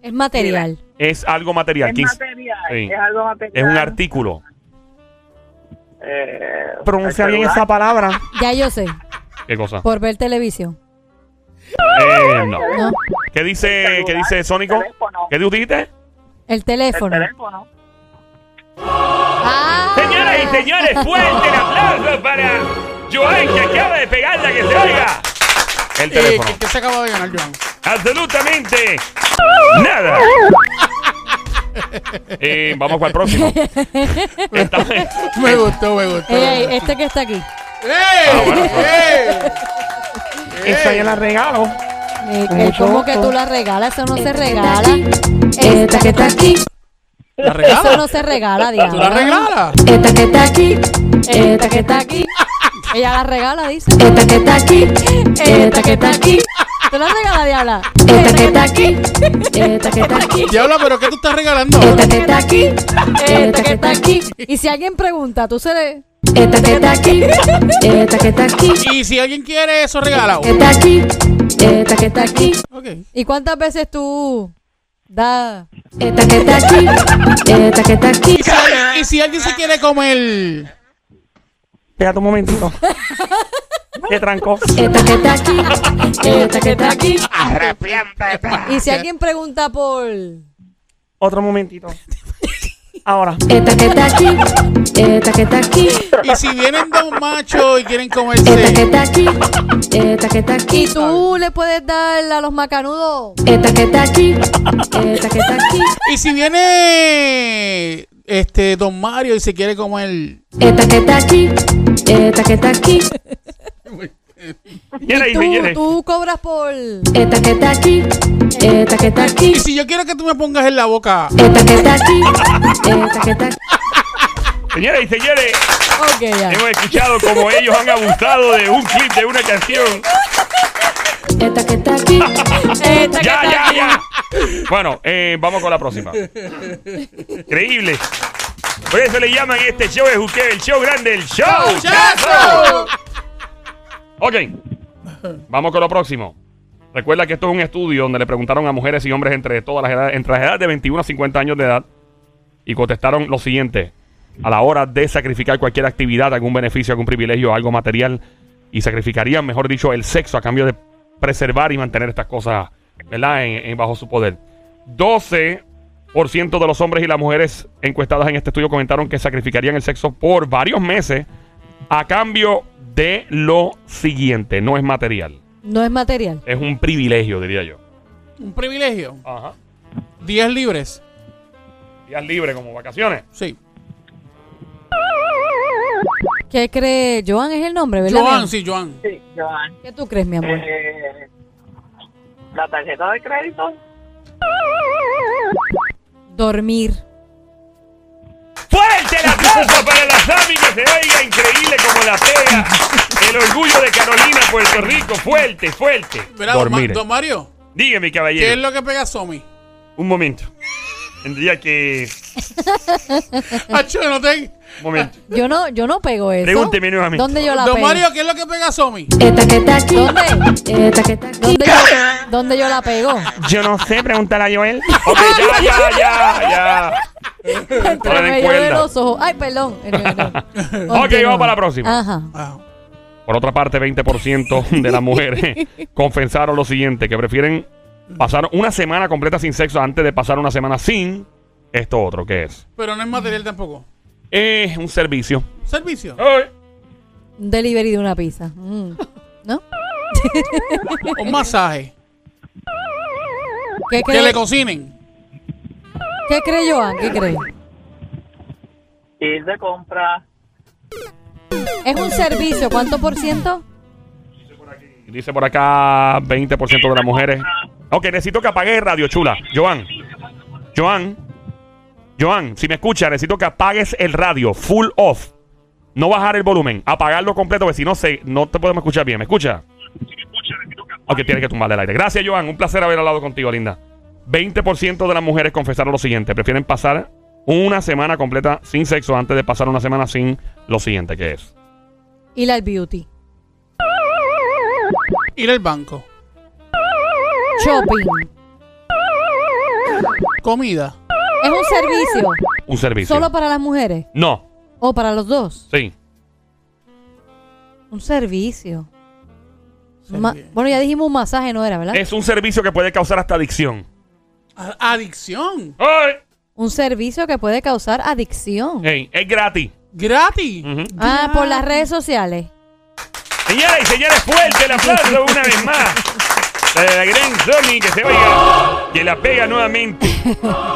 Es material. es algo material. Es 15 material, Sí. es algo material. es un artículo. Eh, Pronuncia el bien celular. esa palabra. Ya yo sé. ¿Qué cosa? Por ver televisión. Eh, no. ¿no? ¿Qué dice, ¿qué dice Sónico? Teléfono. ¿Qué tú dijiste? El El teléfono. teléfono. Ah. Señoras y señores, fuerte el aplauso para Joan que acaba de pegarla que se oiga. El Eh, teléfono. ¿qué- ¿Qué se acaba de ganar, Joan? Absolutamente nada. Eh, vamos para el próximo. Esta vez- Me gustó, me gustó. ¡Eh! Ey, ey, este que está aquí. ¡Ey! Ah, bueno, ¡Ey! Esa yo la regalo. Eh, Con eh, mucho ¿Cómo que gusto. tú la regalas? Eso no se regala. Esta que está aquí. ¿La Eso regala? no se regala, ¿Tú la diablo. regalas? Esta que está aquí, Esta que está aquí. Ella la regala, dice. esta que está aquí, esta que está aquí, ¿Tú la regalas, diabla? esta que está aquí, esta que está aquí, Diablo, ¿pero qué tú estás regalando? esta que está aquí, esta que está aquí, Y si alguien pregunta, tú se le... esta que está aquí, esta que está aquí, Y si alguien quiere eso, regala. está aquí, esta que está aquí, Ok. ¿Y cuántas veces tú da? esta que está aquí, esta que está aquí, ¿Y si, alguien- y si alguien se quiere comer... Espérate un momentito. Te trancó. esta que está aquí, esta que está aquí, ¿Y si alguien pregunta por...? Otro momentito. Ahora. esta que está aquí, esta que está aquí, Y si vienen dos machos y quieren esta que comerse... está aquí, esta que está aquí, ¿Y tú le puedes dar a los macanudos? esta que está aquí, esta que está aquí, Y si viene... Este, don Mario y se quiere comer... esta que está aquí, esta que está aquí, Señoras y ¿Tú, señores, tú cobras por...? esta que está aquí, esta que está aquí. Y si yo quiero que tú me pongas en la boca... Esta que está aquí, esta que está aquí, señoras y señores, Ok, ya. hemos escuchado como ellos han abusado de un clip de una canción. esta que está aquí, Esta que Ya, está ya, aquí. ya. Bueno, eh, vamos con la próxima. Increíble. Por eso le llaman este show es usted el show grande, el show. Ok. Vamos con lo próximo. Recuerda que esto es un estudio donde le preguntaron a mujeres y hombres entre todas las edades, entre las edades de 21 a 50 años de edad y contestaron lo siguiente. A la hora de sacrificar cualquier actividad, algún beneficio, algún privilegio, algo material y sacrificarían, mejor dicho, el sexo a cambio de preservar y mantener estas cosas, ¿verdad? En- en bajo su poder. 12% de los hombres y las mujeres encuestadas en este estudio comentaron que sacrificarían el sexo por varios meses a cambio de lo siguiente. No es material. No es material. Es un privilegio, diría yo. Un privilegio. Ajá. Días libres. Días libres como vacaciones. Sí. ¿Qué cree? Joan es el nombre, ¿verdad? mi Joan, amor? sí, Joan. Sí, Joan. ¿Qué tú crees, mi amor? Eh, la tarjeta de crédito. Dormir. ¡Fuerte el aplauso para la Sammy que se oiga increíble como la pega! El orgullo de Carolina, Puerto Rico. Fuerte, fuerte. Mira, don, Ma- Dormir. don Mario, Dígame, ¿qué es caballero. lo que pega Somi? Un momento. Tendría que... Acho, Ah, no te... Un momento. Yo no, yo no pego eso. Pregúnteme nuevamente. ¿Dónde yo la Don pego? Mario, ¿qué es lo que pega Somi? esta que está aquí, ¿Dónde? esta que está aquí, ¿Dónde yo, ¿Dónde yo la pego? Yo no sé, pregúntale a Joel. Ok, ya, ya, ya, ya. Entre Ahora den medio de cuerda. los ojos. Ay, perdón. Ok, vamos para la próxima. Ajá. Ah, Por otra parte, 20% de las mujeres confesaron lo siguiente, que prefieren pasar una semana completa sin sexo antes de pasar una semana sin esto otro, que es? pero no es material tampoco. Eh, un servicio. Servicio. Ay. Un delivery de una pizza. Mm. ¿No? Un masaje. ¿Qué Que cree, le cocinen. ¿Qué cree Joan? ¿Qué cree? Ir de compra. Es un servicio. ¿Cuánto por ciento? Dice por acá 20% de las mujeres. Ok, necesito que apague radio, chula. Joan. Joan. Joan, si me escucha, necesito que apagues el radio. Full off. no bajar el volumen, apagarlo completo, porque si no, se, no te podemos escuchar bien. ¿Me escucha? Ok, tienes que tumbarle el aire. Gracias, Joan. Un placer haber hablado contigo, linda. 20% de las mujeres confesaron lo siguiente. Prefieren pasar una semana completa sin sexo antes de pasar una semana sin lo siguiente, que es. Y la beauty. Ir al banco. Shopping. Comida. Es un servicio. Un servicio. Solo para las mujeres. No. O para los dos. Sí. Un servicio. Ma- bueno, ya dijimos un masaje, ¿no era, verdad? Es un servicio que puede causar hasta adicción. A- Adicción. ¡Ay! Un servicio que puede causar adicción. Ey, es gratis. Gratis. Ah, por las redes sociales. Señoras y señores, fuerte el aplauso una vez más. Para la gran Sony que se vaya, que la pega nuevamente.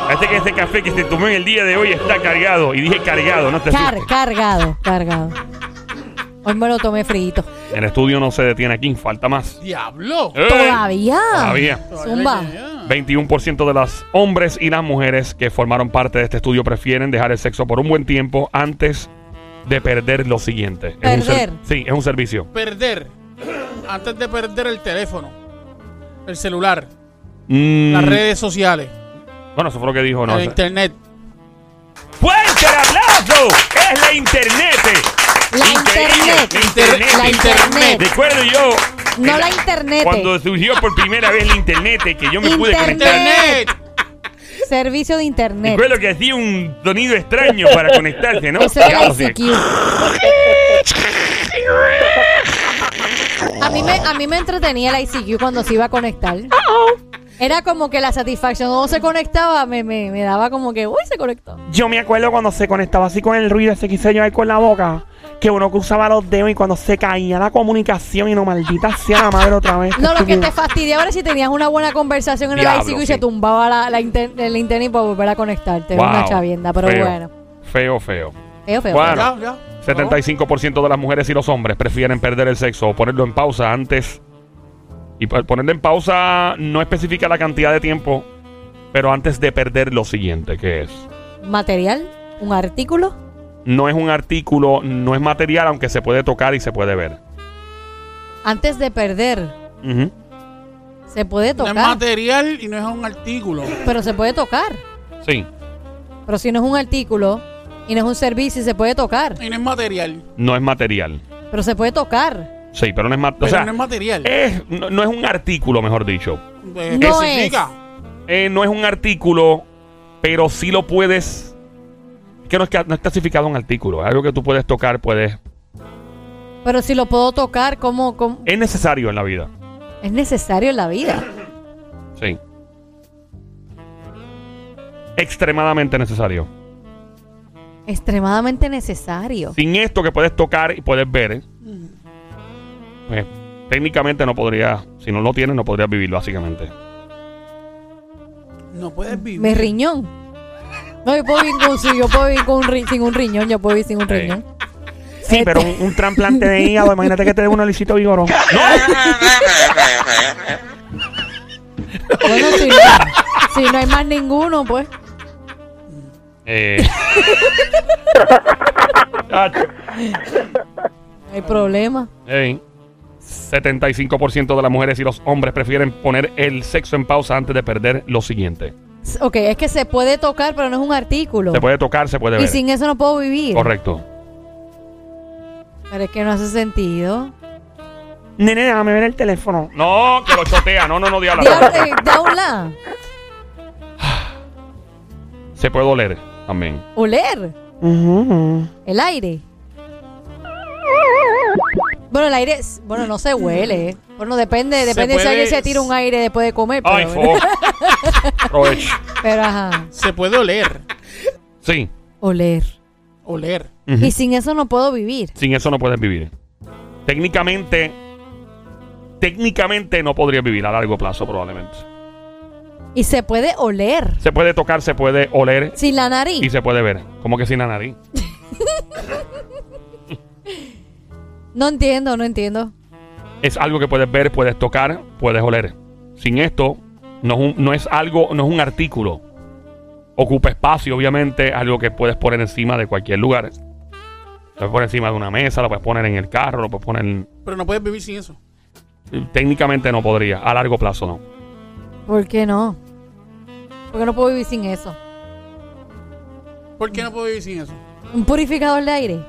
Así que este café que se tomó en el día de hoy está cargado. Y dije cargado, no te Car- asustes. cargado, cargado. Hoy me lo tomé frito. El estudio no se detiene aquí, falta más. Diablo. ¡Ey! Todavía. Eh. Todavía. Zumba. 21% de los hombres y las mujeres que formaron parte de este estudio prefieren dejar el sexo por un buen tiempo antes de perder lo siguiente. Es un ser- Perder. sí, es un servicio. Perder. Antes de perder el teléfono. El celular. Mm, Las redes sociales. Bueno, eso fue lo que dijo, ¿no? el internet. ¡Fuerte el aplauso! ¡Es la internet! La Increíble, internet. la internet. La internet. Recuerdo yo. No el- la internet. eh. Cuando surgió por primera vez la internet, que yo me pude conectar. Internet. Internet. Servicio de internet. Recuerdo que hacía un sonido extraño para conectarse, ¿no? Eso era Claro, sí. ICQ. A mí, me, a mí me entretenía el ICQ cuando se iba a conectar. Era como que la satisfacción cuando se conectaba, me, me, me daba como que, uy, se conectó. Yo me acuerdo cuando se conectaba así con el ruido ese que hice yo ahí con la boca, que uno cruzaba los dedos y cuando se caía la comunicación y no maldita sea la madre otra vez. No, lo que estúpido. te fastidiaba era si tenías una buena conversación en el Diablo, ICQ y sí. se tumbaba la, la inter- el internet para volver a conectarte. Wow. Una chavienda, pero Feo. bueno. Feo, feo. Feo, feo. Bueno. Ya, ya. 75% de las mujeres y los hombres prefieren perder el sexo o ponerlo en pausa antes. Y pa- ponerlo en pausa no especifica la cantidad de tiempo, pero antes de perder lo siguiente, que es. Material, un artículo. No es un artículo, no es material, aunque se puede tocar y se puede ver. Antes de perder, Ujú. se puede No es tocar. material y no es un artículo. Pero se puede tocar. Sí. Pero si no es un artículo y no es un servicio, se puede tocar. Y no es material. No es material. Pero se puede tocar. Sí, pero no es material. Pero O sea, no es material. es- no, no es un artículo, mejor dicho. Eh, No especifica. Eh, no es un artículo, pero sí lo puedes. Es que no es, ca- no es clasificado un artículo. Es algo que tú puedes tocar, puedes. Pero si lo puedo tocar, ¿cómo, cómo? Es necesario en la vida. Es necesario en la vida. Sí. Extremadamente necesario. Extremadamente necesario. Sin esto que puedes tocar y puedes ver, ¿eh? pues, técnicamente no podría, si no lo tienes, no podrías vivir, básicamente. No puedes vivir. Mi riñón. No, yo puedo vivir con, sí, yo puedo vivir con un ri- sin un riñón, yo puedo vivir sin un Sí. riñón. Este, Sí, pero un, un trasplante de hígado, imagínate que te dé un Luisito Vigoró. Bueno, si no, si no hay más ninguno, pues. Eh. Chacho. No hay problema. Ey. 75% de las mujeres y los hombres prefieren poner el sexo en pausa antes de perder lo siguiente. S- Ok, es que se puede tocar, pero no es un artículo. Se puede tocar, se puede y ver. sin eso no puedo vivir. Correcto. Pero es que no hace sentido. Nene, déjame ver el teléfono. No, que lo chotea. No, no, no, diabla. Diablo, eh, da un la. Se puede oler también. Oler. Ujú. El aire. Bueno, el aire, es- bueno, no se huele. Bueno, depende, depende si puede- alguien se tira un aire después de comer. Pero, Ay, fo. Provecho. pero, ajá, Se puede oler. Sí. oler. Oler. Ujú. Y sin eso no puedo vivir. Sin eso no puedes vivir. Técnicamente, técnicamente no podrías vivir a largo plazo probablemente. Y se puede oler. Se puede tocar, se puede oler Sin la nariz. y se puede ver. Como que sin la nariz. No entiendo, no entiendo. es algo que puedes ver, puedes tocar, puedes oler. Sin esto, no es, un- no es algo, no es un artículo. Ocupa espacio, obviamente, algo que puedes poner encima de cualquier lugar. Lo puedes poner encima de una mesa, lo puedes poner en el carro, lo puedes poner. Pero no puedes vivir sin eso. Técnicamente no podría, a largo plazo no. ¿Por qué no? Porque no puedo vivir sin eso. ¿Por qué no puedo vivir sin eso? Un purificador de aire.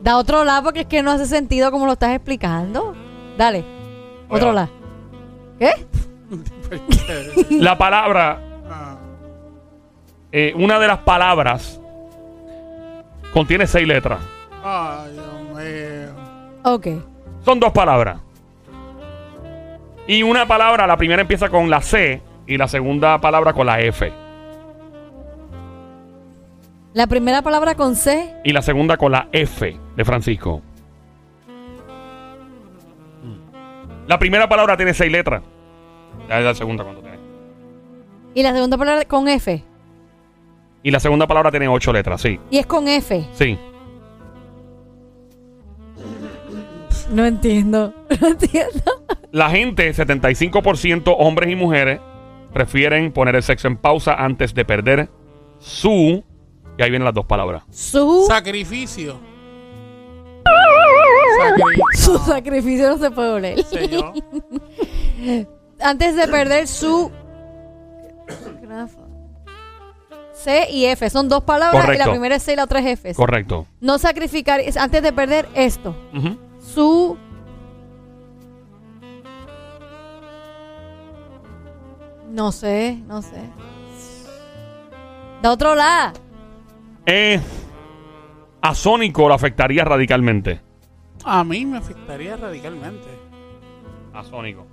da otro lado porque es que no hace sentido como lo estás explicando. Dale, otro lado. ¿Qué? Pues, La palabra. eh, una de las palabras contiene seis letras. Ay, Dios mío. Ok. Son dos palabras. Y una palabra, la primera empieza con la C y la segunda palabra con la F. La primera palabra con C. Y la segunda con la F de Francisco. La primera palabra tiene seis letras. Ya es la segunda cuando tiene. Y la segunda palabra con F. Y la segunda palabra tiene ocho letras, sí. Y es con F. Sí. No entiendo. No entiendo. La gente, 75% hombres y mujeres, prefieren poner el sexo en pausa antes de perder su... Y ahí vienen las dos palabras. Su, Sacrificio. Sacrificio. su sacrificio no se puede oler. Señor. antes de perder su C y F son dos palabras y Correcto. la primera es C y la otra es F. Correcto. No sacrificar es antes de perder esto. Ujú. Su No sé, no sé. De otro lado. Eh, a Sónico lo afectaría radicalmente. A mí me afectaría radicalmente. A Sónico.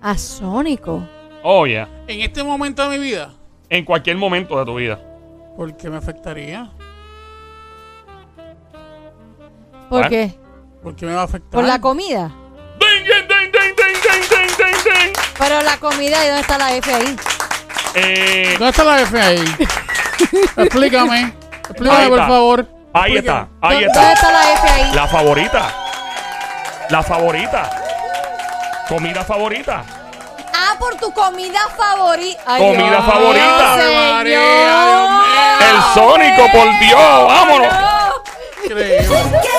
Asónico. Oh, yeah. En este momento de mi vida, En cualquier momento de tu vida. ¿por qué me afectaría? Ah. ¿Por qué? ¿Por qué me va a afectar? Por la comida. ¡Ding, ding, ding, ding, ding, ding, ding, ding, ding! Pero la comida, ¿y dónde está la F ahí? Eh, ¿Dónde está la F ahí? Explícame. Ahí Explícame, por está. favor. ahí Explícame. está, ahí ¿Dó- está. ¿Dónde está la F ahí? La favorita. La favorita. Comida favorita. Ah, por tu comida favorita. Ay, Comida Dios favorita. mío, Ave María, señor. Dios mío. El Sónico, por Dios. Vámonos. No. Creo.